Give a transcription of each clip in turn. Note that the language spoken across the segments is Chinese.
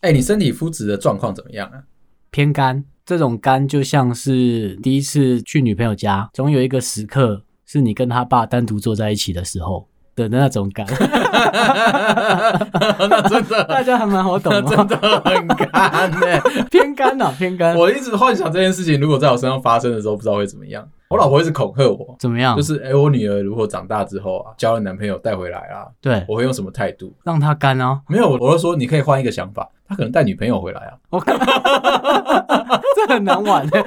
哎、你身体肤质的状况怎么样啊？ 偏干，这种干就像是第一次去女朋友家，总有一个时刻是你跟他爸单独坐在一起的时候的那种 干。那真大的，家还蛮好懂那哦真，的很干呢、偏干呐、偏干。我一直幻想这件事情如果在我身上发生的时候，不知道会怎么样。我老婆一直恐吓我，怎么样？就是哎、我女儿如果长大之后啊，交了男朋友带回来啊，对，我会用什么态度？让他干 哦。没有，我我就说你可以换一个想法，她可能带女朋友回来啊，我靠，这很难玩欸的。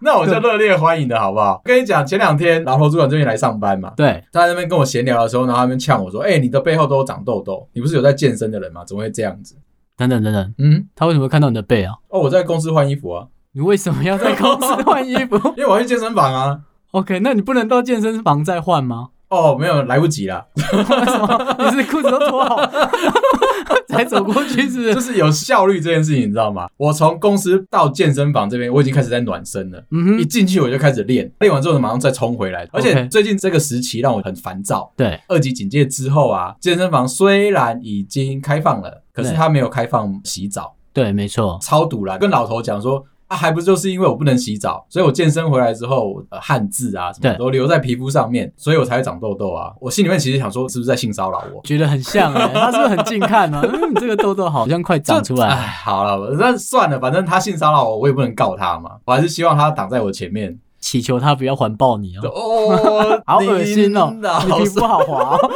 那我就热烈欢迎的好不好？跟你讲，前两天老头主管这边来上班嘛， 对，他在那边跟我闲聊的时候，然后他们呛我说：“哎、你的背后都有长痘痘，你不是有在健身的人吗？怎么会这样子等等等等，？”嗯，他为什么会看到你的背啊？哦，我在公司换衣服啊，你为什么要在公司换衣服 因为我要去健身房啊。 ？OK，那你不能到健身房再换吗？哦，没有，来不及 啦，为什么？你是裤子都脱好 才走过去是不？就是是有效率这件事情，你知道吗？我从公司到健身房这边，我已经开始在暖身了。嗯一哼，进去我就开始练，练完之后马上再冲回来。而且 OK 最近这个时期让我很烦躁。对，二级警戒之后啊，健身房虽然已经开放了，可是对它没有开放洗澡，对，没错，超堵啦。跟老头讲说。啊，还不就是因为我不能洗澡，所以我健身回来之后，呃汗渍啊什么对都留在皮肤上面，所以我才会长痘痘啊。我心里面其实想说，是不是在性骚扰我？觉得很 像哎、他是不是很近看呢、啊？嗯，你这个痘痘好像快长出来哎了。，好了，那算了，反正他性骚扰我，我也不能告他嘛。我还是希望他挡在我前面。祈求他不要环抱你 哦，，哦 好恶心哦，你你皮肤好滑哦。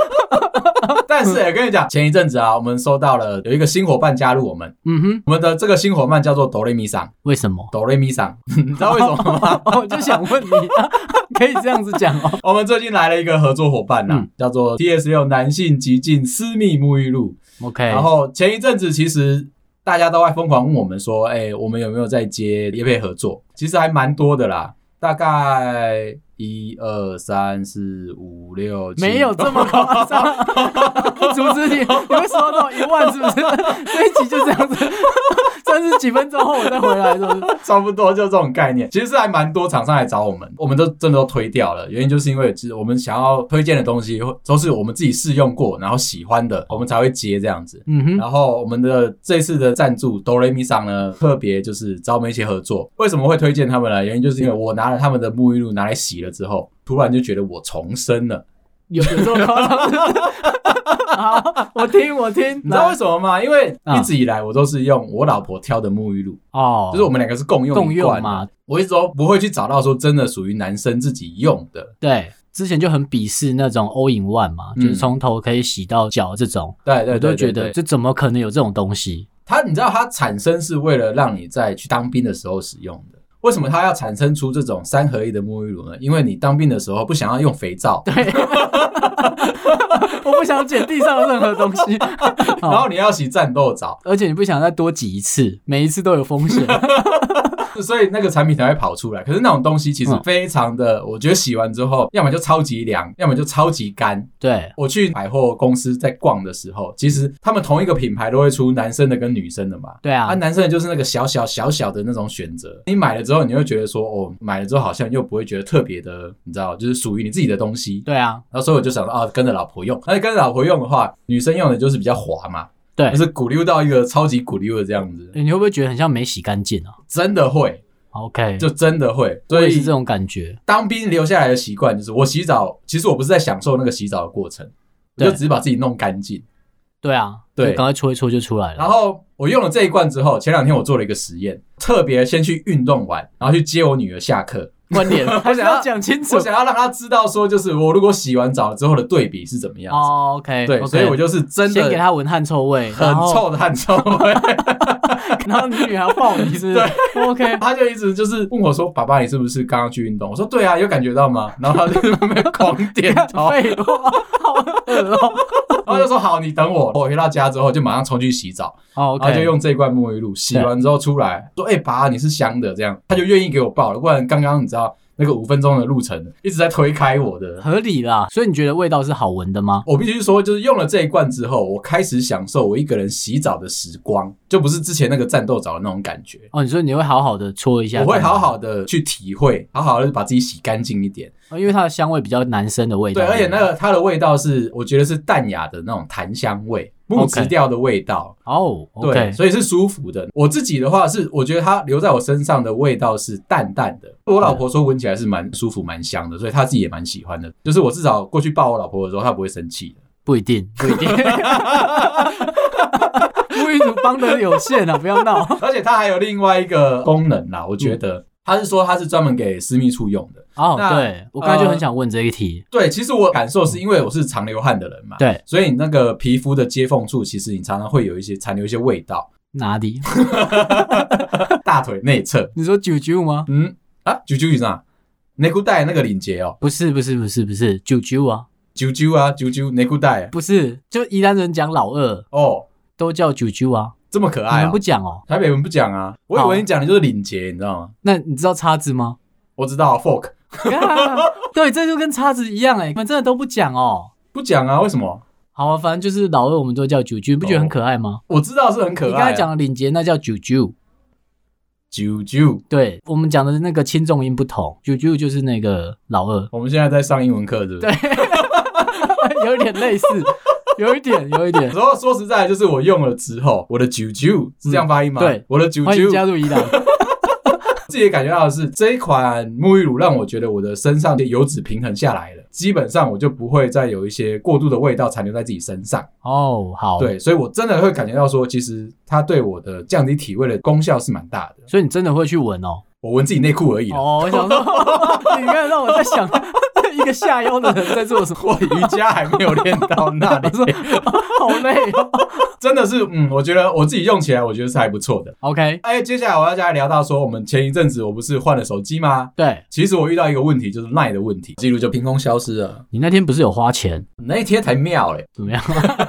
但是也、跟你讲，前一阵子啊，我们收到了有一个新伙伴加入我们， 嗯哼，我们的这个新伙伴叫做哆瑞咪桑，为什么？哆瑞咪桑， 你知道为什么吗？哦， 我就想问你，啊可以这样子讲 哦。我们最近来了一个合作伙伴呐、嗯叫做 TS 六男性极净私密沐浴露。 OK，然后前一阵子其实大家都在疯狂问我们说，哎、我们有没有在接业配合作？其实还蛮多的啦，大概一二三四五六，七 没有这么夸张， 阻止你，你会收到一万是不 是？这一集就这样子， 三十几分钟后我再回来是不是？差不多就这种概念。其实是还蛮多厂商来找我们，我们都真的都推掉了，原因就是因为其实我们想要推荐的东西都是我们自己试用过，然后喜欢的，我们才会接这样子。嗯哼，然后我们的这次的赞助哆瑞咪桑呢，特别就是找我们一起合作。为什么会推荐他们呢？原因就是因为我拿了他们的沐浴露拿来洗了之后，突然就觉得我重生了。嗯有有这么夸张是不是？ 好，我听我听，你知道来为什么吗？因为啊一直以来我都是用我老婆挑的沐浴露，哦，就是我们两个是共用共一罐用嘛，我一直都不会去找到说真的属于男生自己用的。对。之前就很鄙视那种 all in one 嘛，嗯就是从头可以洗到脚这种，对对我对都觉对得对这怎么可能有这种东西？ 它，你知道它产生是为了让你在去当兵的时候使用的。为什么它要产生出这种三合一的沐浴露呢？因为你当兵的时候不想要用肥皂，我不想捡地上的任何东西， 哦然后你要洗战斗澡，而且你不想再多挤一次，每一次都有 风险。所以那个产品才会跑出来。可是那种东西其实嗯非常的，我觉得洗完之后，要么就超级凉，要么就超级干。对，我去百货公司在逛的时候，其实他们同一个品牌都会出男生的跟女生的嘛。对啊啊，，男生的就是那个小小小小的那种选择，你买了之后，你会觉得说，哦，买了之后好像又不会觉得特别的，你知道，就是属于你自己的东西。对啊，然后所以我就想说，啊，跟着老婆用。那跟着老婆用的话，女生用的就是比较滑嘛，对就。是鼓溜到一个超级鼓溜的这样子，欸你会不会觉得很像没洗干净啊真的会。 ？OK，就真的会。我所也是以这种感觉。当兵留下来的习惯就是，我洗澡其实我不是在享受那个洗澡的过程，我对就只是把自己弄干净。对啊，对就赶快搓一搓就出来然 了。后我用了这一罐之后，前两天我做了一个实验，特别先去运动完，然后去接我女儿下课。关联，还是想要要讲清楚我。想要让她知道说，就是我如果洗完澡之后的对比是怎么样子。哦，OK，对， OK 所以我就是真先给的他闻汗臭味，很然后，臭的汗臭 味。然后你女孩抱你 是不是？OK，她就一直就是问我说：“爸爸，你是不是刚刚去运动？”我说：“对啊，有感觉到吗？”然后她就在那边狂点头。废话，好恶哦。然后就说好，你等我。我回到家之后就马上冲去洗澡，哦然后就，OK，用这一罐沐浴露洗完之后出来，说：“哎、爸，你是香的。”这样他就愿意给我抱了，不然刚刚你知道那个五分钟的路程一直在推开我的。合理啦。所以你觉得味道是好闻的吗？我必须说，就是用了这一罐之后，我开始享受我一个人洗澡的时光，就不是之前那个战斗澡的那种感觉。哦，你说你会好好的搓一下，我会好好的去体会，好好的把自己洗干净一点。哦，因为它的香味比较男生的味道。对，而且那个它的味道是，我觉得是淡雅的那种檀香味，木质调的味道。哦对，OK、o，k 所以是舒服的。我自己的话是，我觉得它留在我身上的味道是淡淡的。我老嗯婆说闻起来是蛮舒服、蛮香的，所以她自己也蛮喜欢的。就是我至少过去抱我老婆的时候，她不会生气的。 不一定，不一定。 吴云祖帮的有 限啊，不要闹。而且它还有另外一个功能啦，我嗯觉得它是说它是专门给私密处用的。哦，那呃对我刚才就很想问这一题，对，其实我感受是因为我是常流汗的人嘛，嗯对所以你那个皮肤的接缝处，其实你常常会有一些残留一些味道，哪 里？大腿内侧，你说九九吗？嗯啊，啾啾是啥？内裤带那个领结哦，不是，不是，不是，不是九九啊，啾啾啊，啾啾内裤带不是，就宜兰人讲老二哦，都叫九九啊，这么可你爱们啊不！讲哦。台北人不讲啊，我以为你讲的就是领结，你知道吗？那你知道叉 子吗？ 我知道啊 fork 对，这就跟叉子一样哎，你们真的都不讲哦。不讲啊，为什么？好啊，反正就是老二我们都叫九九，你不觉得很可爱吗？我知道是很可你刚才爱、讲啊，的领结那叫九九，啾啾。对我们讲的那个轻重音不同，九九就是那个老二， 我们现在在上英文课，是不是？对。有一点类似， 有一点，有一点。然后说实在，就是我用了之后，我的啾啾是这样发音吗？嗯对我的啾欢迎加啾，入宜兰。自己也感觉到的是这一款沐浴乳让我觉得我的身上的油脂平衡下来了，基本上我就不会再有一些过度的味道残留在自己身上。哦，好，，对，所以我真的会感觉到说，其实它对我的降低体味的功效是蛮大的。所以你真的会去闻哦。我闻自己内裤而已啊。哦，我想说， 你看让我在想一个下腰的人在 做什么，我瑜伽还没有练到那里我，说 好累哦。 真的是，嗯，我觉得我自己用起来，我觉得是还不错的。 OK，哎，接下来我要再来聊到说，我们前一阵子我不是换了手机吗？对其实我遇到一个问题，就是 LINE 的问题，记录就凭空消失了。你那天不是有花钱那一天才妙欸嘞，怎么样？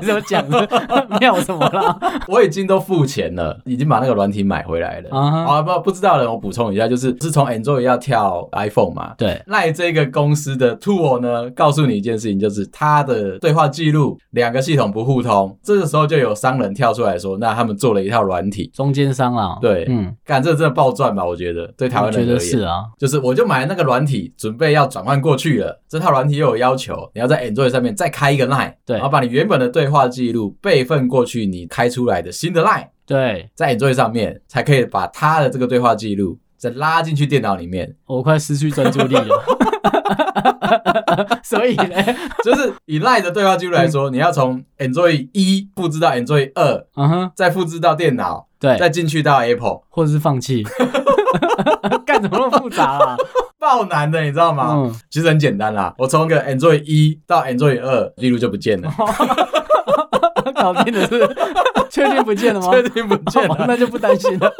你怎么讲的？ 妙什么啦？我已经都付钱了，已经把那个软体买回来了。啊哈啊，不不知道的人，我补充一下，就是是从 Android 要跳 iPhone 嘛。对，赖这个公司的 tool 呢，告诉你一件事情，就是它的对话记录两个系统不互通，这个时候就有商人跳出来说，那他们做了一套软体，中间商啦。对嗯，干这真的暴赚吧？我觉得对台我湾人觉而言，得是啊。就是我就买那个软体，准备要转换过去了。这套软体又有要求，你要在 Android 上面再开一个 Line，对然后把你原本的对话记录备份过去，你开出来的新的 Line，对在 Android 上面才可以把它的这个对话记录再拉进去电脑里面。我快失去专注力了。 所以呢，就是以 Line 的对话记录来说，你要从 Android 一复制到 Android 二，嗯哼，再复制到电脑，对，再进去到 Apple，或者是 放弃，干怎么那么复杂啊啦？爆难的，你知道吗？嗯，其实很简单啦，我从个 Android 一到 Android 二，记录就不见了，搞定了是不是？确定不见了吗？哦确定不见了。那就不担心了，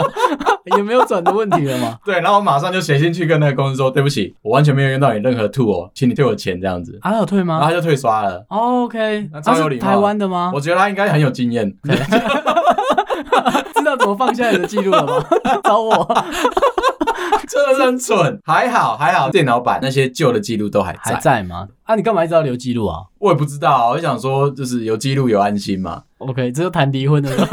也没有转的问题了嘛。对，然后我马上就写信去跟那个公司说，对不起，我完全没有用到你任何 tool，哦请你退我钱这样子，啊，有啊退然后吗他就退刷了。哦？OK，那他超有是礼貌台湾的吗我？觉得他应该很有经验，知道怎么放下你的记录 了吗？找我真的是很蠢。还好还好，电脑版那些旧的记录都还在。还在吗？啊，你干嘛一直要留记录啊我也不知道啊，我就想说，就是有记录有安心嘛。 ？OK，这就谈离婚的 了。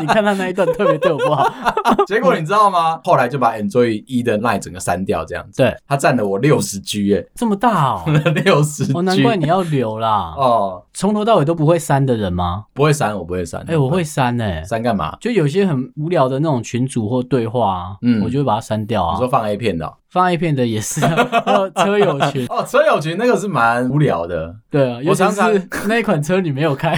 你看他那一段特别对我不好， 结果你知道吗？后来就把 Android 一的 line 整个删掉，这样子。对，它占了我六十 G 哎、这么大哦， 六十 G。哦，难怪你要留啦，哦，从头到尾都不会删的人吗？不会删，我不会删。哎，我会删哎，嗯删干嘛？就有些很无聊的那种群组或对话啊，嗯我就会把它删掉啊。你说放 A 片的哦、放 A 片的 也是、啊，还有车友群，哦，车友群那个是蛮无聊的。对啊，尤其常常是那一款车你没有开，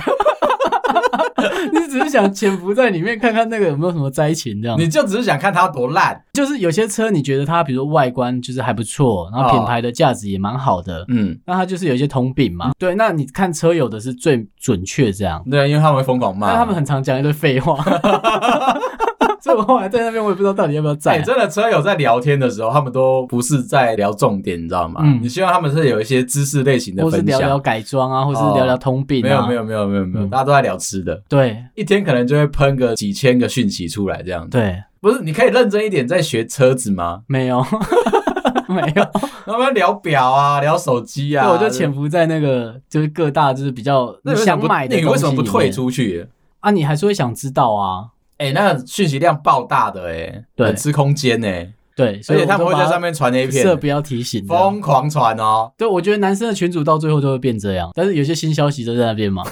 你只是想潜伏在里面看看那个有没有什么灾情这样。你就只是想看它有多烂，就是有些车你觉得它，比如说外观就是还不错，然后品牌的价值也蛮好的，嗯，那它就是有一些通病嘛。对，那你看车友的是最准确这样，对，因为他们会疯狂骂，哎但他们很常讲一堆废 话。所以我后来在那边，我也不知道到底要不要啊哎、在、真的车友在聊天的时候，他们都不是在聊重点，你知道吗？嗯你希望他们是有一些知识类型的或是分聊享，聊改装啊，或是哦聊聊通病啊，没有没有没有没有没有，嗯大家都在聊吃的，对一天可能就会喷个几千个讯息出来这样子。对，不是，你可以认真一点在学车子吗？没有 没有，他们聊表啊，聊手机啊，对，我就潜伏在那个就是各大就是比较那你为你什想么不买的你为什么不东西里退面出去？啊？你还是会想知道啊？哎、那个讯息量爆大的哎、对很吃空间哎、对，所而以且他们会在上面面传 A 片，设标提醒这样。疯狂传哦。对，我觉得男生的群主到最后都会变这样，但是有些新消息都在那 边嘛，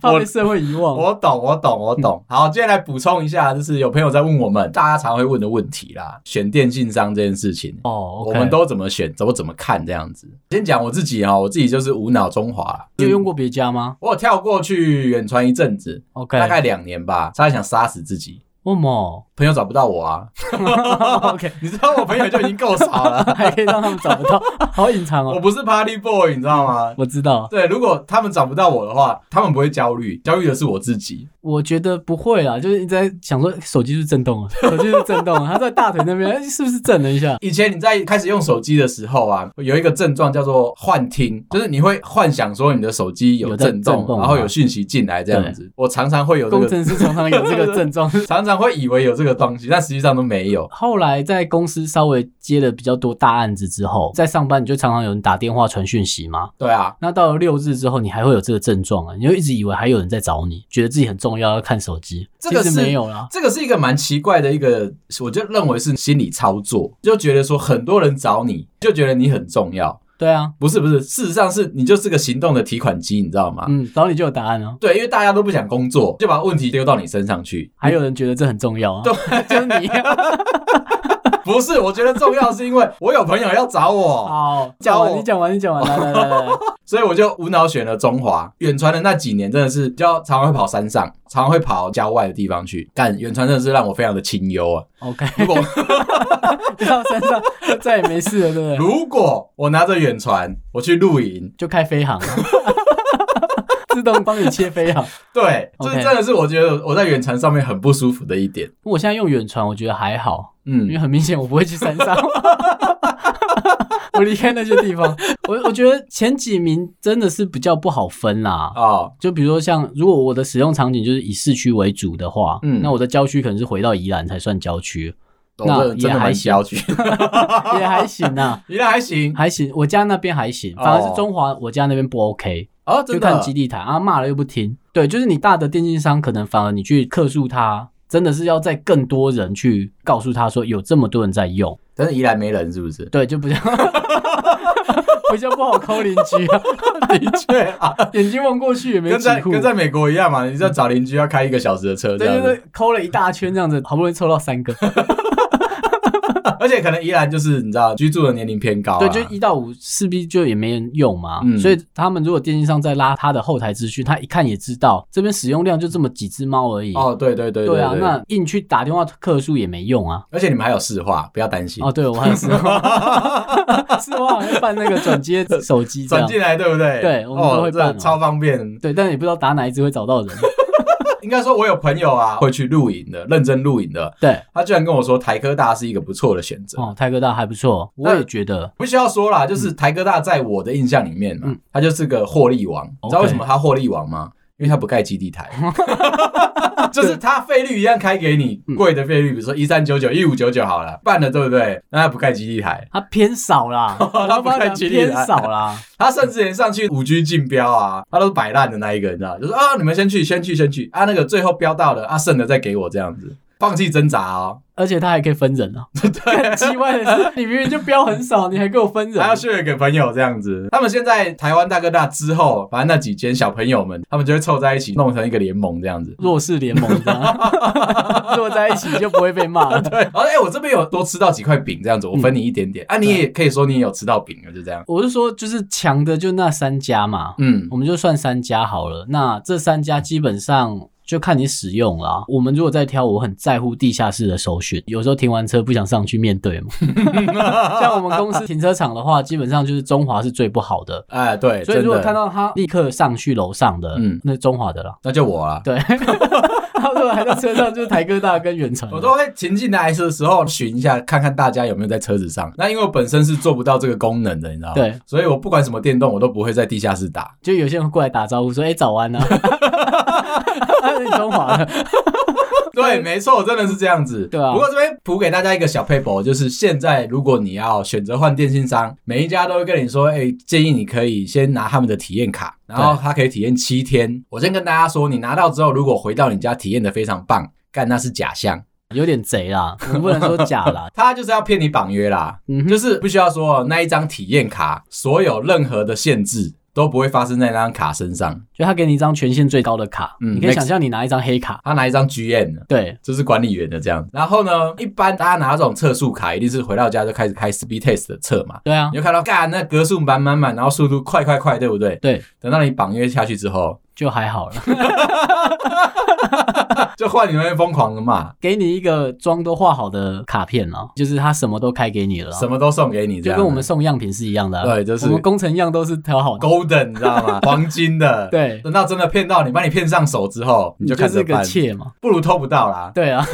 怕被社会遗忘。我懂，我懂，我懂。嗯好，接下来补充一下，就是有朋友在问我们，大家常会问的问题啦，选电信商这件事情。哦，我们都怎么选，怎么怎么看这样子。先讲我自己啊、我自己就是无脑中华啦，你有用过别家吗我有跳过去远传一阵子， ？OK，大概两年吧，差点想杀死自己。为 什么朋友找不到我啊， ？OK，你知道我朋友就已经够少 了，还可以让他们找不到，好隐藏我哦。不是 Party Boy，你知道吗？我知道，对，如果他们找不到我的话，他们不会焦虑，焦虑的是我自己。我觉得不会啦，就是一直在想说手机是震动了，手机是震动了，它在大腿那边哎是不是震了一下？以前你在开始用手机的时候啊，有一个症状叫做幻听，就是你会幻想说你的手机有有在震动震，动啊然后有讯息进来这样子。我常常会有这工个，程师常常有这个症状。常常会以为有这个东西，但实际上都没有。后来在公司稍微接了比较多大案子之后，在上班你就常常有人打电话传讯息嘛，对啊，那到了六日之后，你还会有这个症状啊？你就一直以为还有人在找你，觉得自己很重要，要看手机，这个其实是没有啦。这个是一个蛮奇怪的一个，我就认为是心理操作，就觉得说很多人找你，就觉得你很重要。对啊，不是不是，事实上是你就是个行动的提款机，你知道吗？嗯，找你就有答案了。对，因为大家都不想工作，就把问题丢到你身上去。还有人觉得这很重要啊， 就是你 不是，我觉得重要是因为我有朋友要找我，好，教讲我完你讲完你讲完，来来来 来，来所以我就无脑选了中华。远传的那几年真的是，就常常会跑山上，常常会跑郊外的地方去干。远传真的是让我非常的清幽啊。 ，OK，如果到山上就再也没事了，对不对？如果我拿着远传，我去露营，就开飞航 啊，自动帮你切飞航。对，这 OK 真的是我觉得我在远传上面很不舒服的一点。我现在用远传，我觉得还好，因为嗯，很明显我不会去 山上。我离开那些地方，我我觉得前几名真的是比较不好分啦。哦，就比如说像，如果我的使用场景就是以市区为主的话，嗯那我的郊区可能是回到宜兰才算郊区，我那真的真也的还蛮行消极。也还行啊，你那还行还行。我家那边还行，哦反而是中华我家那边不 OK，、哦，就真看的基地台啊，骂了又不听。对，就是你大的电信商，可能反而你去客诉他，真的是要在更多人去告诉他说有这么多人在用，真的宜兰没人是不 是？对，就比较比较不好抠邻居啊， 的确啊，眼睛望过去也没跟几在户。跟在美国一样嘛，你在找邻居要开一个小时的车这对样对子，对，抠了一大圈这样子，好不容易凑到三个，而且可能宜兰就是你知道居住的年龄偏高、啊，对，就一到五势必就也没人用嘛，嗯所以他们如果电信商在拉他的后台资讯，他一看也知道这边使用量就这么几只猫而已。哦，对对对对啊，那硬去打电话客诉也没用啊。而且你们还有市话，不要担心。哦，对，我还 有是，是我好像办那个转接手机这转样，进来对不对？啊对我们都哦会这办哦超方便。对，但也不知道打哪一只会找 到人。应该说，我有朋友啊，会去露营的，认真露营的。对，他居然跟我说，台科大是一个不错的选择。哦，泰哥大还不错，我那也觉得。不需要说啦，就是台科大在我的印象里面嘛，嗯他就是个获利王。你知道 OK 为什么他获利王吗？因为他不盖基地 台， 就是他费率一样开给你嗯贵的费率，比如说一三九九、一五九九好了，办了对不对？那他不盖基地台，他偏少 啦，我都不帮太讲吉利偏啦少啦。 他甚至连上去五 G 竞标啊，他都是摆烂的那一个，你知道？就是啊，你们先去，先去，先去啊，那个最后标到了啊，剩的再给我这样子，放弃挣扎哦，而且他还可以分人啊。很奇怪的是，你明明就标很少，你还给我分人还，要 share 给朋友这样子。他们现在台湾大哥大之后，反正那几间小朋友们，他们就会凑在一起弄成一个联盟这样子。弱势联盟这样，坐在一起就不会被骂了。对，然后哎，我这边有多吃到几块饼这样子，我分你一点点、啊，你也可以说你也有吃到饼了，就这样。我是说，就是强的就那三家嘛，嗯，我们就算三家好了。那这三家基本上。就看你使用啦。我们如果在挑，我很在乎地下室的首选。有时候停完车不想上去面对嘛。像我们公司停车场的话，基本上就是中华是最不好的。哎，对，所以如果看到到他立刻上去楼上的，嗯嗯，那是中华的啦。那就我啦。对，他们还在车上就是台哥大跟远程，我都会停进来的时候寻一下，看看大家有没有在车子上。那因为我本身是做不到这个功能的，你知道吗？对，所以我不管什么电动，我都不会在地下室打。就有些人会过来打招呼说：“哎、早安呐、啊。”你中华的， 对，没错，真的是这样子。对啊不过这边补给大家一个小 paper，就是现在如果你要选择换电信商，每一家都会跟你说，哎、建议你可以先拿他们的体验卡，然后它可以体验七天。我先跟大家说，你拿到之后，如果回到你家体验的非常棒，干那是假象。。有点贼啦，我们不能说假啦他就是要骗你绑约啦，嗯哼就是不需要说哦那一张体验卡，所有任何的限制都不会发生在那张卡身上。就他给你一张权限最高的卡，嗯你可以 next 想象你拿一张黑卡，他拿一张 GM 的，对，就是管理员的这样。然后呢，一般大家拿这种测速卡，一定是回到家就开始开 speed test 的测嘛。对啊你，就看到，干那格数满满满，然后速度快快快，对不对？对，等到你绑约下去之后， 就还好了，就换你们疯狂的骂，给你一个妆都画好的卡片啊，就是他什么都开给你了啊，什么都送给你，这就样跟我们送样品是一样的啊，对就是我们工程样都是挑好的， golden 你知道 吗？黄金的。对，等到真的骗到你，把你骗上手之后，你就看是着个办，妾嘛，不如偷不到啦。对啊，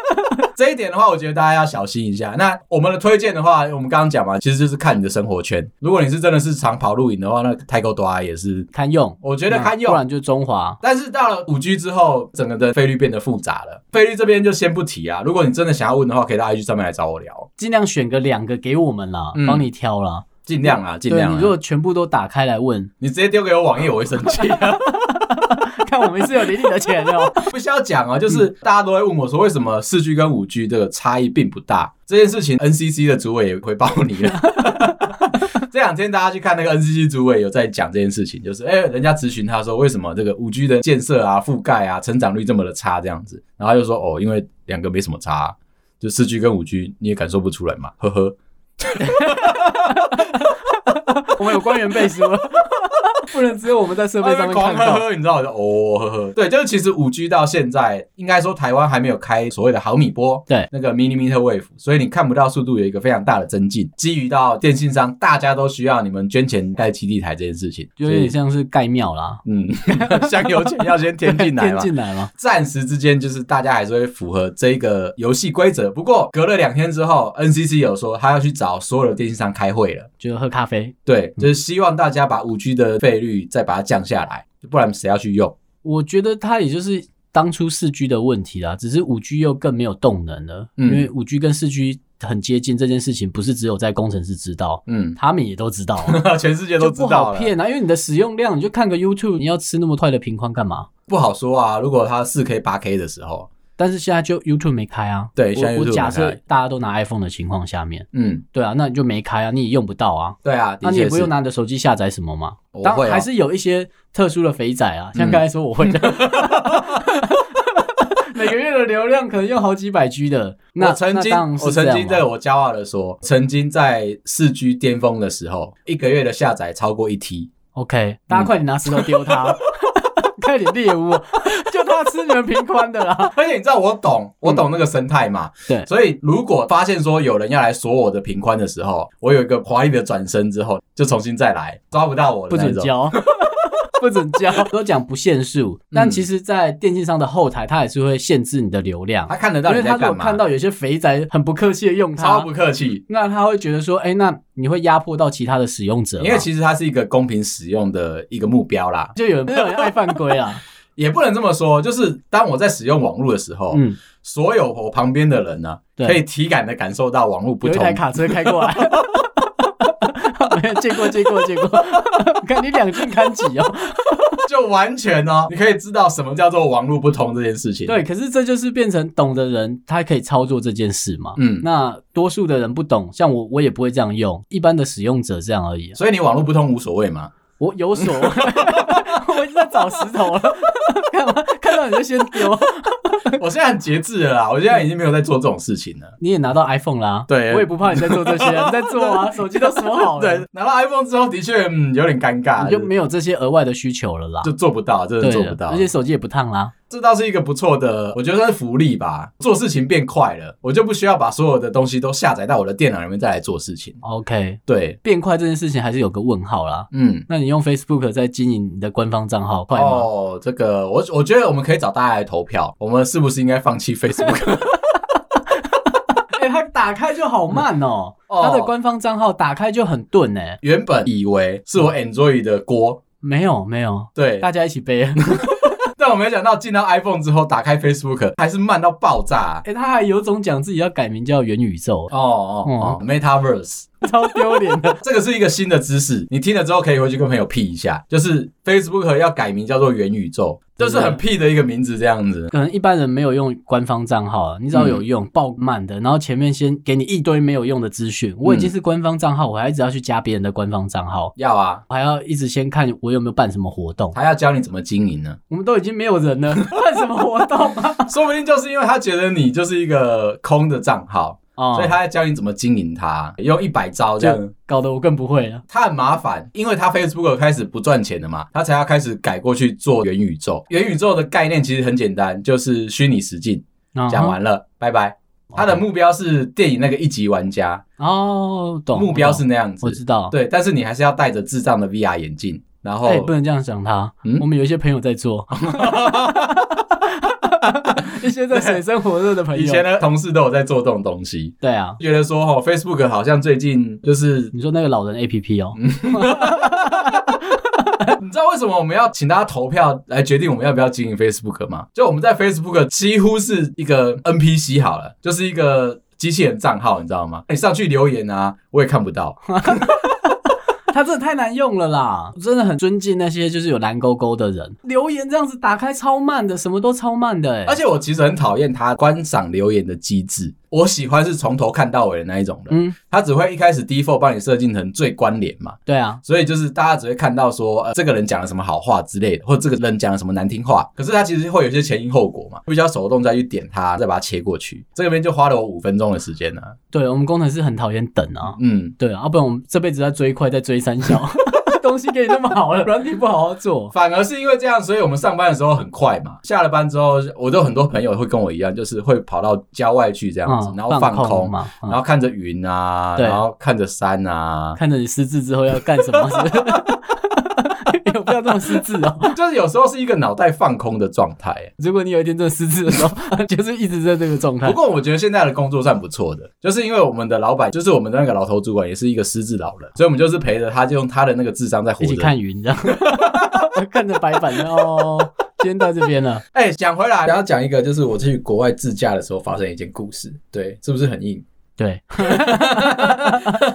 这一点的话，我觉得大家要小心一下。那我们的推荐的话，我们刚刚讲嘛，其实就是看你的生活圈。如果你是真的是常跑露营的话，那泰国多也是，堪用，嗯我觉得堪不用。啊然就中华，但是到了五 G 之后，整个的费率变得复杂了。费率这边就先不提啊。如果你真的想要问的话，可以到 IG 上面来找我聊，尽量选个两个给我们啦，嗯帮你挑啦，尽量啊，尽对量、你啊如。果全部都打开来问，你直接丢给我网页，我会生气、啊看我们是有领你的钱哦，不需要讲啊，就是大家都会问我说，为什么四 G 跟五 G 这个差异并不大？这件事情，NCC 的主 委也回报你了。这两天大家去看那个 NCC 主委有在讲这件事情，就是哎、人家咨询他说为什么这个五 G 的建设啊、覆盖啊、成长率这么的差这样子，然后他就说哦，因为两个没什么差啊、就四 G 跟五 G 你也感受不出来嘛，呵呵。我们有官员背书了，不能只有我们在设备上面哦狂看呵到。呵，你知道我就哦呵呵，对，就是其实五 G 到现在，应该说台湾还没有开所谓的毫米波，对那个 millimeter wave，所以你看不到速度有一个非常大的增进。基于到电信商大家都需要你们捐钱盖基地台这件事情，就有点像是盖庙啦，嗯， 香油钱要先填进来添嘛。进来嘛，暂时之间，就是大家还是会符合这个游戏规则。不过隔了两天之后，NCC 有说他要去找所有的电信商开会了。就喝咖啡。对，就是希望大家把五 G 的费率再把它降下来，不然谁要去用？我觉得它也就是当初四 G 的问题啦，只是五 G 又更没有动能了，嗯因为五 G 跟四 G 很接近这件事情，不是只有在工程师知道，嗯，他们也都知道 啊、全世界都就知不道好了，骗啊，因为你的使用量，你就看个 YouTube，你要吃那么快的频宽干嘛？不好说啊。如果它四 K、八 K 的时候，但是现在就 YouTube 没开啊，对现在我我 YouTube 假没设开大家都拿 iPhone 的情况下面，嗯，对啊，那你就没开啊，你也用不到啊，对啊，那的你也确不用是。拿你的手机下载什么嘛，我当会然啊还是有一些特殊的肥仔啊，像嗯刚才说我 会的， 每个月的流量可能用好几百 G 的。那我曾经那当然，是我曾这样啊经嘛对我骄傲的说，曾经在四 G 巅峰的时候，一个月的下载超过一 T， OK，大家嗯快点拿石头丢他， 快点猎物，啊就他吃你们平宽的 啦。而且你知道我懂，我懂那个生态嘛，嗯对所以如果发现说有人要来锁我的频宽的时候，我有一个华丽的转身之后，就重新再来，抓不到我不的那准种，交， 不准交，都讲不限速，嗯但其实，在电信商的后台，它也是会限制你的流量他，看得因到为你他在如果干嘛，看到有些肥仔很不客气的用超它不，客气，那他会觉得说，哎，那你会压迫到其他的使用者嘛，因为其实它是一个公平使用的一个目标啦，就有人有人爱犯 规啊，也不能这么说，就是当我在使用网络的时候，嗯，所有我旁边的人呢，对可以体感的感受到网络不有一同台。卡车开过来， 没有见过见过见过， 看你两斤看几哦。嗯就完全哦，你可以知道什么叫做网络不同这件事情。对，，可是这就是变成懂的人，他可以操作这件事嘛。嗯，那多数的人不懂，像我，我也不会这样用，一般的使用者这样而已啊、所以你网络不通无所谓嘛。我有所， 我一直在找石头了， 干嘛？看到你就先丢。我现在很节制了啦，我现在已经没有在做这种事情了。你也拿到 iPhone 啦、对我也不怕你在做这些，你在做啊，手机都锁好了，对，拿到 iPhone 之后的确嗯有点尴尬，哦你就没有这些额外的需求了啦。就做不到，真的对啊做的不到而。且手机也不烫啦。这倒是一个不错的，我觉得算是福利吧。做事情变快了，我就不需要把所有的东西都下载到我的电脑里面再来做事情。 OK，对，变快这件事情还是有个问号啦。嗯，那你用 Facebook 在经营你的官方账号快吗？哦，这个我我觉得我们可以找大家来投票，我们是不是应该放弃 Facebook？哎、它打开就好慢哦，哦它的官方账号打开就很钝哎、原本以为是我 Android 的锅，没有没有，对，大家一 起背。哎、但我没想到进到 iPhone 之后，打开 Facebook 还是慢到爆炸。哎他还有种讲自己要改名叫元宇宙哦哦哦、m e t a v e r s e 超丢脸的。 这个是一个新的知识，你听了之后可以回去跟朋友 P 一下，就是 Facebook 要改名叫做元宇宙，就是很 P 的一个名字这样子。可能一般人没有用官方账号啊，你只要嗯有用爆满的，然后前面先给你一堆没有用的资讯。我已嗯经是官方账号，我还一直要去加别人的官方账号，要啊，我还要一直先看我有没有办什么活动。他要教你怎么经营呢， 我们都已经没有人了， 办什么活动啊？说不定就是因为他觉得你就是一个空的账号，哦所以他在教你怎么经营它，用一百招这样就。搞得我更不会了。他很麻烦，因为他 Facebook 开始不赚钱了嘛，他才要开始改过去做元宇宙。元宇宙的概念其实很简单，就是虚拟实境。嗯讲完了，拜拜。他的目标是电影那个一级玩家， 哦，懂目标是那样我知子。道。对，但是你还是要戴着智障的 VR 眼镜，然后哎、不能这样想他。嗯我们有一些朋友 在做， 一些在水深火热的朋友。以前的同事都有在做这种东西。对啊，觉得说哦，Facebook 好像最近就是，你说那个老人 A P P 哦，嗯你知道为什么我们要请大家投票来决定我们要不要经营 Facebook 吗？就我们在 Facebook 几乎是一个 NPC 好了，就是一个机器人账号，你知道吗？哎、上去留言啊，我也看不到。他真的太难用了啦！我真的很尊敬那些就是有蓝勾勾的人，留言这样子打开超慢的，什么都超慢的、欸，而且我其实很讨厌他观赏留言的机制，我喜欢是从头看到尾的那一种人，嗯，他只会一开始 default 帮你设定成最关联嘛，对啊，所以就是大家只会看到说，呃，这个人讲了什么好话之类的，或者这个人讲了什么难听话，可是他其实会有一些前因后果嘛，比较手动再去点他，再把它切过去，这边就花了我五分钟的时间啊呢、对我们工程师很讨厌等啊，嗯，对啊，要不然我们这辈子在追快，在追三 小，东西给你那么好了，软体不好好做，反而是因为这样，所以我们上班的时候很快嘛，下了班之后，我都有很多朋友会跟我一样，就是会跑到郊外去这样子，然后放空。啊嘛，嗯然后看着云啊，对然后看着山 啊，看着你失智之后要干什么是 不是？有必要这么失智哦？就是有时候是一个脑袋放空的状态。如果你有一天真的失智的时候，就是一直在这个状态不。过我觉得现在的工作算不错的，就是因为我们的老板，就是我们的那个老头主管，也是一个失智老人，所以我们就是陪着他，就用他的那个智商在活一起着。看云这样， 看着白板哦。今天到这边了，哎，讲回来，然后讲一个，就是我去国外自驾的时候发生一件故事，对，是不是很硬？对，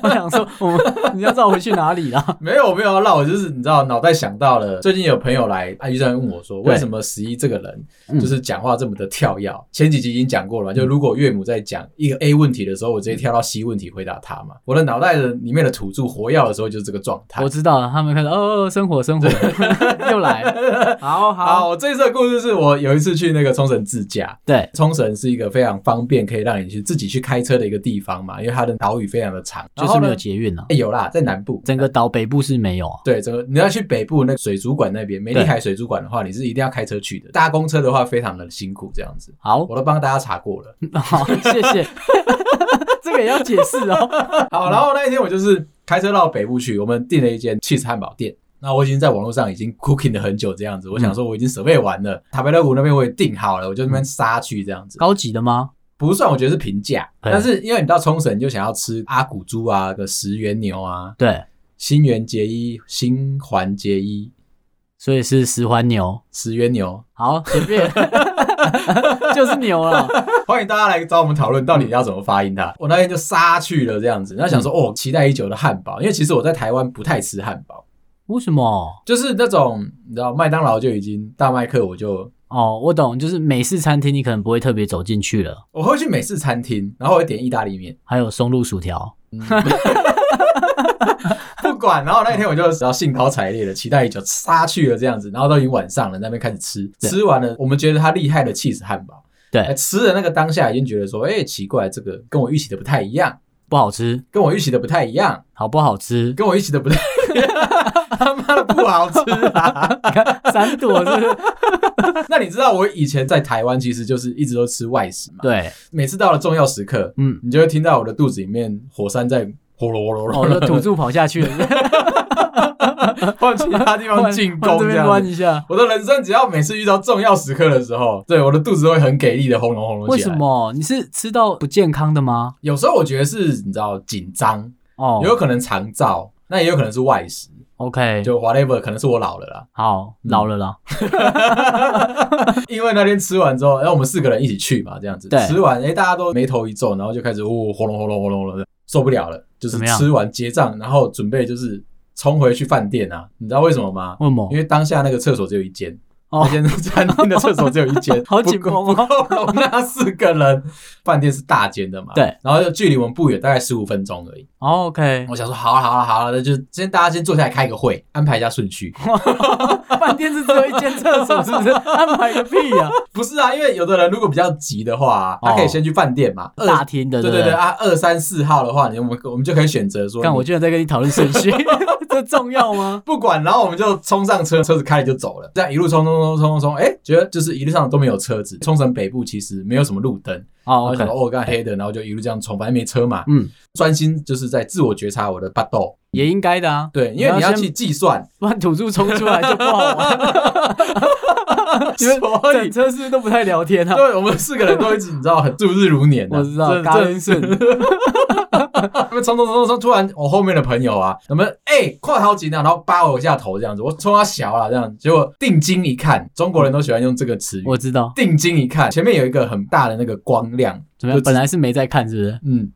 我想说，我们你要知道我回去哪里啦？ 没有，没有，让我就是你知道，脑袋想到了，最近有朋友来，啊，医生问我说，对为什么十一这个人嗯就是讲话这么的跳跃？前几集已经讲过了嘛，就如果岳母在讲一个 A 问题的时候，我直接跳到 C 问题回答他嘛，我的脑袋的里面的土著活跃的时候就是这个状态嗯我。知道了，他们开始哦，生活生活 又来，好，好好，我这一次的故事是我有一次去那个冲绳自驾，对，冲绳是一个非常方便可以让你去自己去开车的一个地方嘛，因为它的岛屿非常的长，就然是后没呢有捷运了，啊哎有啦，在南部，整个岛北部是没有啊。对，整个你要去北部那个水族馆那边，美丽海水族馆的话，你是一定要开车去的。搭公车的话，非常的辛苦，这样子。好，我都帮大家查过了。好，谢谢， 这个也要解释哦。好，然后那一天我就是开车到北部去，我们订了一间 cheese 汉堡店。那我已经在网络上已经 cooking 了很久，这样子。我想说我已经准备完了，塔贝勒谷那边我也订好了，我就那边杀去这样子。高级的吗？不算，我觉得是平价，嗯但是因为你到冲绳你就想要吃阿古猪啊、个石原牛啊、对，新垣结衣、新环结衣、所以是十环牛。石原牛，好，随便， 就是牛了。欢迎大家来找我们讨论到底要怎么发音嗯它。我那天就杀去了这样子，然后想说、哦，期待已久的汉堡，因为其实我在台湾不太吃汉堡，为什么？就是那种你知道麦当劳就已经大麦克，我就哦，我懂，就是美式餐厅你可能不会特别走进去了。我会去美式餐厅，然后我会点意大利面，还有松露薯条， 不管。然后那天我就只要兴高采烈的期待已久，杀去了这样子，然后都已经晚上了，那边开始吃，对吃完了，我们觉得它厉害的 cheese 汉堡。对哎吃的那个当下已经觉得说，哎、奇怪，这个跟我预期的不太一样，不好吃，跟我预期的不太一样，好不好吃？跟我预期的 不太一样，他妈的不好吃啊！三朵是不是？那你知道我以前在台湾其实就是一直都吃外食嘛，对，每次到了重要时刻，嗯，你就会听到我的肚子里面火山在火罗罗罗哦，就罗，土著跑下去 了，往其他地方进往攻这这边样关子。一下。我的人生只要每次遇到重要时刻的时候，对我的肚子都会很给力的轰隆轰隆为起来。什？么？你是吃到不健康的吗？有时候我觉得是你知道紧张，哦也有可能肠燥，那也有可能是外食， ，OK，就 whatever，可能是我老了啦。好，嗯老了啦。因为那天吃完之后，然后我们四个人一起去嘛，这样子对吃完，哎、大家都眉头一皱，然后就开始哦，轰隆轰隆轰隆轰隆的。受不了了，就是怎么样吃完结账，然后准备就是冲回去饭店啊。你知道为什么吗？为什么因？为当下那个厕所只有一间，哦，那间餐厅的厕所只有一间 好紧绷哦不够不够容纳四个人。饭店是大间的嘛，对，然后就距离我们不远，大概十五分钟而已。哦，OK，我想说，好了好了好了，那就先大家先坐下来开个会，安排一下顺 序。饭店是只有一间厕所， 是不是？安排个屁呀、不是啊，因为有的人如果比较急的话啊，他哦可以先去饭店嘛，二大厅的，对不对对啊，二三四号的话，你我们我们就可以选择说，看我居然在跟你讨论顺 序，这重要吗？不管，然后我们就冲上车，车子开了就走了，这样一路冲冲冲冲冲冲，哎，觉得就是一路上都没有车子。冲绳北部其实没有什么路灯，然哦后，OK，想说哦，刚黑的，然后就一路这样冲，反正没车嘛，嗯，专心就是在自我觉察我的巴豆，也应该的啊，对，因为你要先去计算，不然土著冲出来就不好 玩，你们所以整车是不是都不太聊天啊？对，我们四个人都一直你知道很度日如年、啊，我知道，这嘎这伦顺，他们冲冲冲冲冲，突然我后面的朋友啊，他们哎快好紧啊，然后扒我一下头这样子，我冲他小了这样，结果定睛一看，中国人都喜欢用这个词语。我知道，定睛一看，前面有一个很大的那个光亮，怎么样？就本来是没在看，是不是？嗯，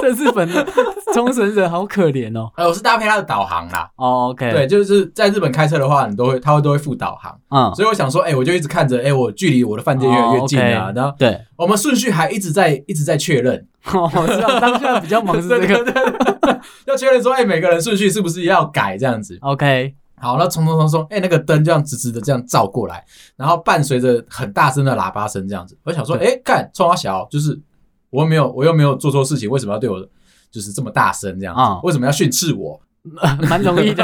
这日本 的冲绳人好可怜哦。呃，我是搭配它的导航啦。哦，OK，对，，就是在日本开车的话，你都会，它会都会附导航，嗯，所以我想说，哎、我就一直看着，哎、我距离我的饭店越来越近啊。哦，OK 然后对，我们顺序还一直在一直在确认， 哦我知道，当下比较忙是 这对个对对对 要确认说，哎、每个人顺序是不是要改这样子？ ，OK，好，那冲冲冲冲，哎、那个灯这样直直的这样照过来，然后伴随着很大声的喇叭声这样子，我想说，哎、干冲他小，就是我又没有我又没有做错事情，为什么要对我就是这么大声这样子？啊为什么要训斥我？ 蛮容易的，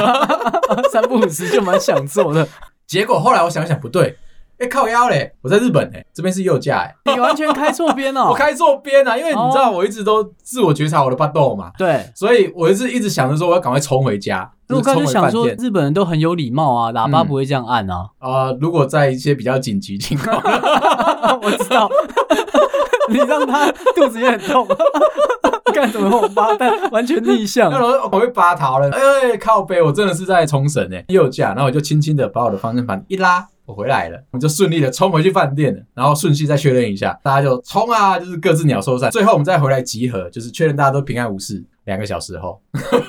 三不五时就蛮想做的。结果后来我想一想不对，哎、靠腰嘞，我在日本哎、这边是右驾哎、你完全开错边哦。我开错边啊，因为你知道我一直都自我觉察我的巴豆嘛，对，所以我一直一直想着说我要赶快冲回家，我就是刚冲才回想饭说，店。日本人都很有礼貌啊，喇叭嗯不会这样按啊。啊、如果在一些比较紧急情况，我知道， 你让他肚子也很 痛。干什么王八蛋，完全逆 向那。我我被拔逃了，哎、靠背，我真的是在冲绳哎，右驾，然后我就轻轻的把我的方向盘一拉，我回来了，我就顺利的冲回去饭店了，然后顺序再确认一下，大家就冲啊，就是各自鸟兽散，最后我们再回来集合，就是确认大家都平安无事。两个小时后，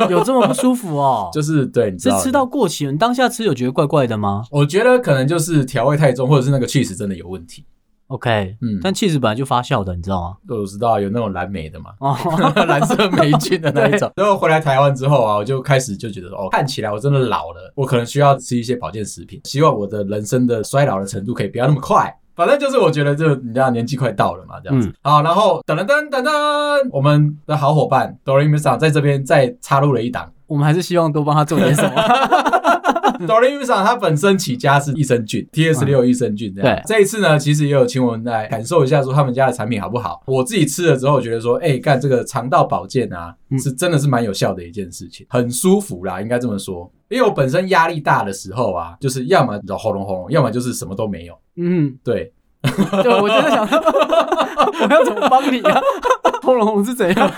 有这么不舒服哦？ 就是对，你知是道的吃到，过期了，你当下吃有觉得怪怪的吗我觉得可能就是调味太重，或者是那个 cheese 真的有问题。 ？OK，嗯，但 cheese 本来就发酵的，你知道吗？。我知道有那种蓝莓的嘛哦， 蓝色霉菌的那一种，然后回来台湾之后啊，我就开始就觉得哦，看起来我真的老了，我可能需要吃一些保健食品，希望我的人生的衰老的程度可以不要那么快。反正就是我觉得就你知道年纪快到了嘛，这样子。嗯好，然后噔噔噔噔噔，我们的好伙伴 Doremi s a 在这边再插入了一档。我们还是希望多帮他做点 什么。 Doremi s a 他本身起家是益生菌，TS 六益生菌这样。对这一次呢，其实也有请我们来感受一下说他们家的产品好不好。我自己吃了之后，觉得说，哎、干这个肠道保健啊，嗯是真的是蛮有效的一件事情，很舒服啦，应该这么说。因为我本身压力大的时候啊，就是要么喉咙喉咙，要么就是什么都没有。嗯，对， 对，我真的想说，我要怎么帮你 啊？喉咙红是怎 样？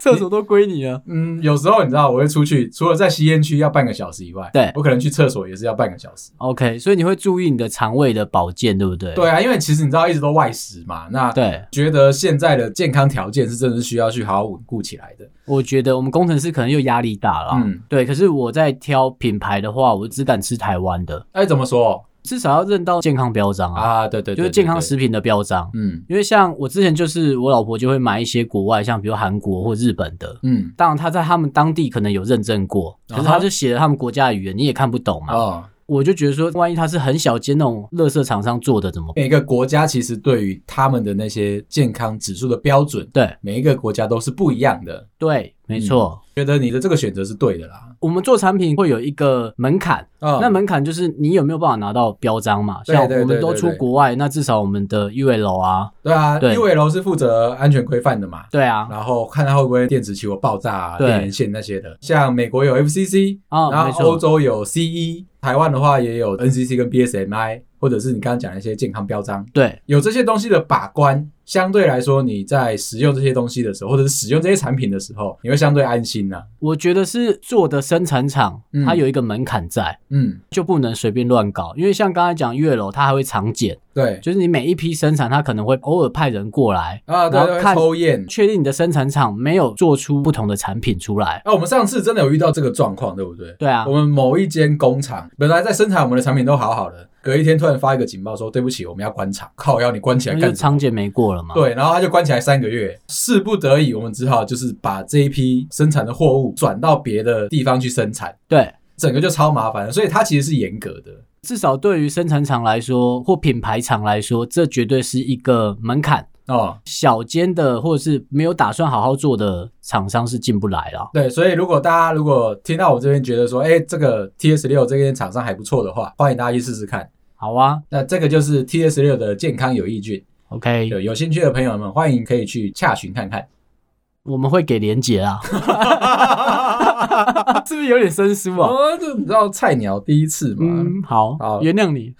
厕所都归你了。嗯，有时候你知道我会出去，除了在吸烟区要半个小时以外，对我可能去厕所也是要半个小时。 OK，所以你会注意你的肠胃的保健，对不对？啊对啊，因为其实你知道一直都外食嘛，那对，觉得现在的健康条件是真的是需要去好好稳固起来的。我觉得我们工程师可能又压力大了。啊嗯对，可是我在挑品牌的话，我只敢吃台湾的，哎，怎么说至少要认到健康标章啊，啊？对对对，就是对健康，对食品的标章。嗯因为像我之前就是我老婆就会买一些国外，像比如韩国或日本的，嗯当然她在他们当地可能有认证过，可是啊哈她就写了他们国家的语言，你也看不懂嘛。哦，我就觉得说，万一它是很小间那种垃圾厂商做的，怎么办？每个国家其实对于他们的那些健康指数的标准，对每一个国家都是不一样的。对，没错。觉得你的这个选择是对的啦。我们做产品会有一个门槛，啊那门槛就是你有没有办法拿到标章嘛？对像对我对们都对出对国外，那至少我们的 UL 啊，对啊，对因为楼是负责安全规范的嘛，对啊，然后看它会不会电子起火爆炸、啊、对电源线那些的。像美国有 FCC，、啊然没后错欧洲有 CE，台湾的话也有 NCC 跟 BSMI，或者是你刚刚讲的一些健康标章。对有这些东西的把关，相对来说，你在使用这些东西的时候，或者是使用这些产品的时候，你会相对安心呐、我觉得是做的生产厂，嗯它有一个门槛在，嗯，就不能随便乱搞，因为像刚才讲月楼，它还会常检，对就是你每一批生产，它可能会偶尔派人过来，啊，对然后对，看抽验。确定你的生产厂没有做出不同的产品出来。啊，我们上次真的有遇到这个状况，对不对？对啊我，们某一间工厂本来在生产我们的产品都好好的，隔一天突然发一个警报说对不起，我们要关厂。靠，要你关起来那就干什么？仓检没过了嘛。，对，然后他就关起来三个月，势不得已，我们只好就是把这一批生产的货物转到别的地方去生产，对，整个就超麻烦的。所以它其实是严格的，至少对于生产厂来说，或品牌厂来说，这绝对是一个门槛。哦，小间的或者是没有打算好好做的厂商是进不来啦。对，所以如果大家如果听到我这边觉得说，哎，这个 TS 六这间厂商还不错的话，欢迎大家去试试看。好啊那这个就是 TS 六的健康有益菌， ，OK，有有兴趣的朋友们，欢迎可以去洽询看 看。我们会给连结 啊，是不是有点生疏啊？哦，就你知道菜鸟第一次嘛，嗯，好，好原谅你，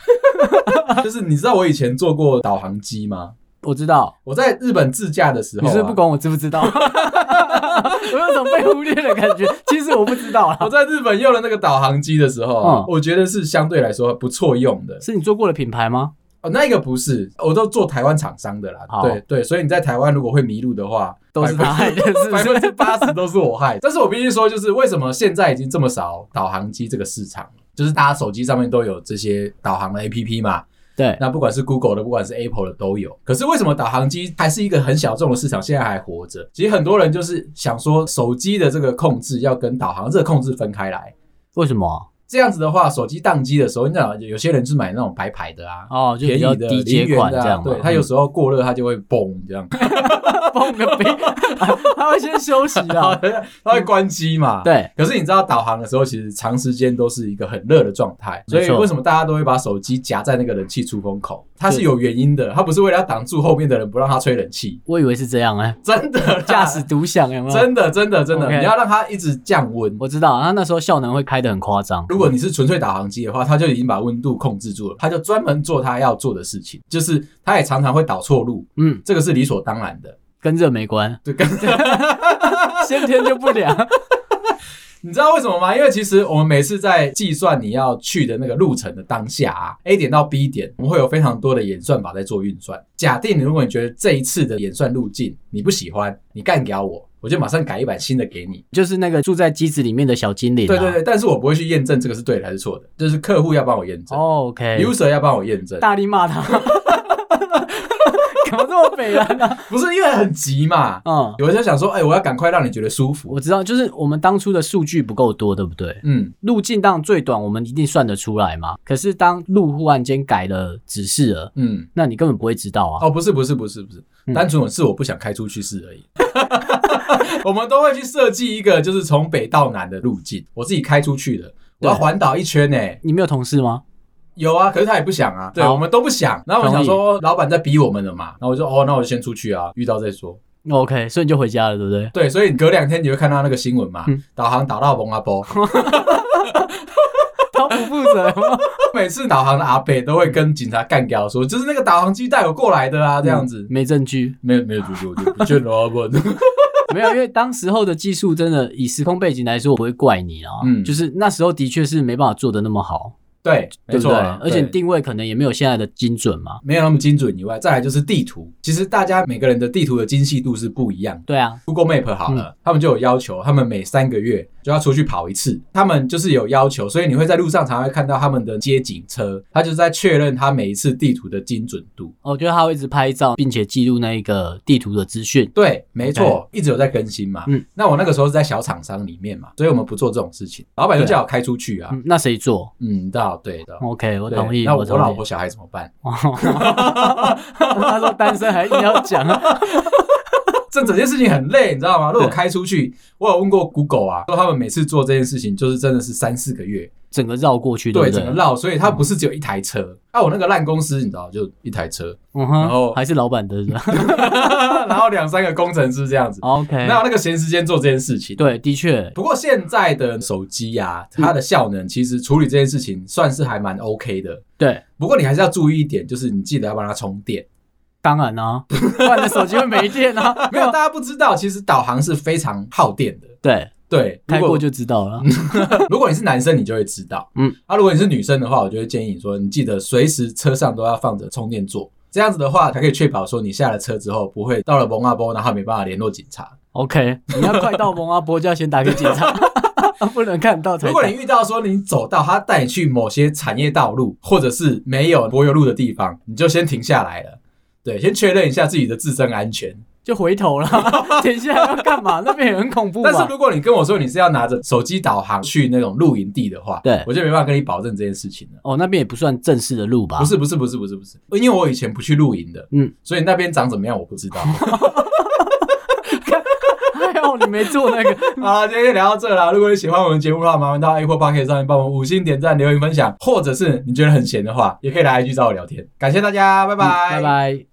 嗯就是你知道我以前做过导航机吗？我知道。我在日本自驾的时候、你啊，是不是不管我知不知 道，我有种被忽略的感觉。其实我不知道我啦，在日本用了那个导航机的时候啊、嗯我觉得是相对来说不错用的。是你做过的品牌吗？哦，那个不是，我都做台湾厂商的啦。好对对，所以你在台湾如果会迷路的话，都是他害的，是不百分之是？八 十都是我害。但是我必须说，就是为什么现在已经这么少导航机这个市场，就是大家手机上面都有这些导航的 APP 嘛。对，那不管是 Google 的，不管是 Apple 的都有。可是为什么导航机还是一个很小众的市场，现在还活着？其实很多人就是想说，手机的这个控制要跟导航这个控制分开来。为什么？啊这样子的话，手机宕机的时候，你知道有些人是买那种白牌的啊，哦，就便比较宜的、低零阶元款的这啊、样嘛。对，它有时候过热，它就会嘣这样， 候蹦个 冰，他会先休息然后啊。 它会关机嘛。。对，可是你知道导航的时候，其实长时间都是一个很热的状态，所没错以为什么大家都会把手机夹在那个冷气出风口？它是对有原因的，它不是为了要挡住后面的人不让它吹冷气，我以为是这 样哎，真的啦 驾驶独享有没有？真的真的真的 OK 你要让它一直降温。我知道，他那时候效能会开得很夸张。如果你是纯粹导航机的话，它就已经把温度控制住了，它就专门做它要做的事情，就是它也常常会导错路，嗯，这个是理所当然的。跟这没 关，对，跟先天就不良。 你知道为什么吗？因为其实我们每次在计算你要去的那个路程的当下啊，A 点到 B 点，我们会有非常多的演算法在做运算。假定如果你觉得这一次的演算路径你不喜欢，你干掉我，我就马上改一版新的给你。就是那个住在机子里面的小精灵啊。对对对，但是我不会去验证这个是对的还是错的，就是客户要帮我验证、哦，OK。 u s e r 要帮我验证， 大力 骂他，怎么这么北然呢、不是因为很急嘛。 嗯，有人就想说，哎、我要赶快让你觉得舒服。我知道，就是我们当初的数据不够多，对不对？嗯，路径当然最短，我们一定算得出来嘛。可是当路忽然间改了指示了，嗯，那你根本不会知道啊。哦，不是，不是，不是，不是，嗯单纯是我不想开出去试而已。 我们都会去设计一个，就是从北到南的路径，我自己开出去的，我要对环岛一圈呢、欸你没有同事吗？有啊，可是他也不想啊，对好我们都不想。然后我想说，老板在逼我们了嘛，然后我就哦，那我先出去啊，遇到再说。 OK，所以你就回家了，对不对？对，所以你隔两天你会看到那个新闻嘛，嗯导航导到蒙阿波，他不负责吗 每次导航的阿北都会跟警察干掉说，就是那个导航机带我过来的啊，这样子。嗯没证据，没有没有，就是我就不见了啊，不然没有，因为当时候的技术真的以时空背景来说，我不会怪你啊。嗯就是那时候的确是没办法做的那么好， 对，没对不错对啊，？而且对定位可能也没有现在的精准嘛。没有那么精准以外，再来就是地图。其实大家每个人的地图的精细度是不一样的。对啊， Google Map 好了，他们就有要求，他们每三个月就要出去跑一次，他们就是有要求，所以你会在路上常会看到他们的街景车，他就是在确认他每一次地图的精准度。我觉得他会一直拍照，并且记录那一个地图的资讯。对，没错一直有在更新嘛。嗯那我那个时候是在小厂商里面嘛，所以我们不做这种事情，老板就叫我开出去啊。嗯，那谁做嗯，你知道，对的。 ？OK，我对同意。那我同意老婆小孩怎么办？他说单身还硬要讲，啊这整件事情很累，你知道吗？如果对开出去，我有问过 Google 啊，说他们每次做这件事情就是真的是三四个月，整个绕过去，对，不整个对？绕，所以它不是只有一台车。啊，我那个烂公司，你知道，就一台 车，嗯然后哼，还是老板的是 吧然后两三个工程师这样子， ？OK，哪有那个闲时间做这件事情？。哦哎对，嗯的确，不过现在的手机呀、它的效能其实处理这件事情算是还蛮 OK 的。对，不过你还是要注意一点，就是你记得要帮它充电。当 然啊，不然你的手机会没电啊。没有，大家不知道，其实导航是非常耗电的。对， 对，开如果过就知道了。 如果你是男生，你就会知道。嗯嗯，啊，如果你是女生的话，我就会建议你说，你记得随时车上都要放着充电座，这样子的话才可以确保说你下了车之后不会到了蒙阿波，然后没办法联络警察。 OK，你要快到蒙阿波就要先打给警察， 不能看到才如果打你。遇到说你走到他带你去某些产业道路或者是没有柏油路的地方，你就先停下来了。对，先确认一下自己的自身安全。就回 头了。等一下要干嘛？那边也很恐怖但是嘛。如果你跟我说你是要拿着手机导航去那种露营地的话，对我就没办法跟你保证这件事情了。哦，那边也不算正式的路吧？不，是不是不是不是不是，因为我以前不去露营的，嗯嗯，所以那边长怎么样我不知道。还哎好你没做那个。好啊啦，今天就聊到这啦。如果你喜欢我们节目的话，麻烦到 Apple Podcast 上面帮我们五星点赞、留言、分享，或者是你觉得很闲的话，也可以来 IG 找我聊天。感谢大家，拜拜，嗯拜拜。